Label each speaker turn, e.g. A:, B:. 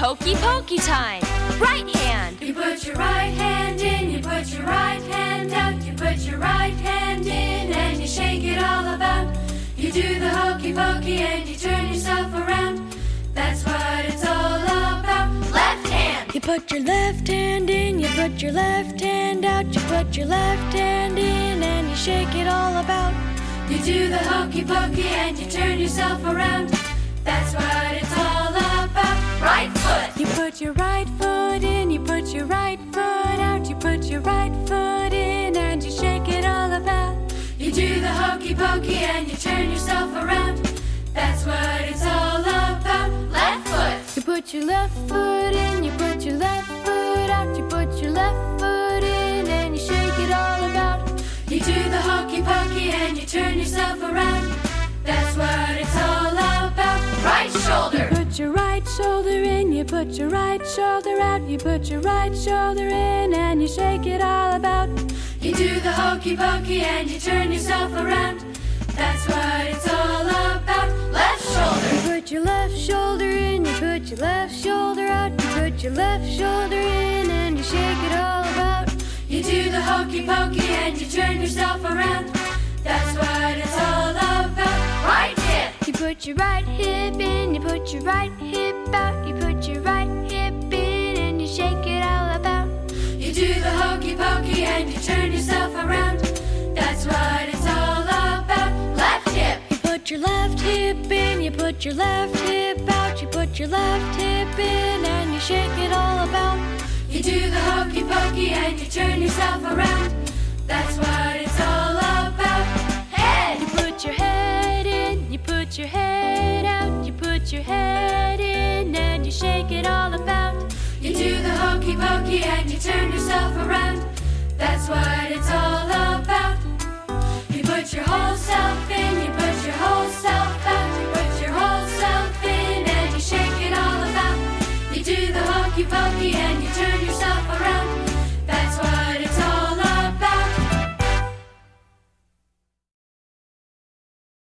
A: hokey pokey time. Right hand.
B: You put your right hand in, you put your right hand out, you put your right hand in and you shake it all about. You do the hokey pokey and you turn yourself around. That's what it's all about. Left hand.
C: You put your left hand in, you put your left hand out, you put your left hand in, and you shake it all about.
B: You do the hokey pokey and you turn yourself around. That's what it's all about. Right foot.
C: You put your right foot in, you put your right foot out, you put your right foot in, and you shake it all about.
B: You do the hokey pokey and you turn yourself around. That's what it's all about. Left foot.
C: You put your left foot in, you put your left foot out, you put your left foot in, and you shake it all about.
B: You do the hokey pokey and you turn yourself around. That's what it's all about. Right shoulder.
C: Put your right shoulder in, you put your right shoulder out, you put your right shoulder in, and you shake it all about.
B: You do the hokey pokey and you turn yourself around. That's what it's all about. Left shoulder.
C: You put your left shoulder in, you put your left shoulder out, you put your left shoulder in, and you shake it all about.
B: You do the hokey pokey and you turn yourself around. That's what it's all about. Right hip.
C: You put your right hip in, you put your right hip out, you put your right hip in, and you shake it all about.
B: You do the hokey pokey and you turn yourself around. That's what it's all about. Left hip.
C: You put your left hip in, you put your left hip out, you put your left hip in, and you shake it all about.
B: You do the hokey pokey and you turn yourself around. That's what it's all about.
C: You
B: Head.
C: put your head in, you put your head out, you put your head in, and you shake it all about.
B: You do the hokey pokey and you turn yourself around. That's what it's all about. You put your whole self in, you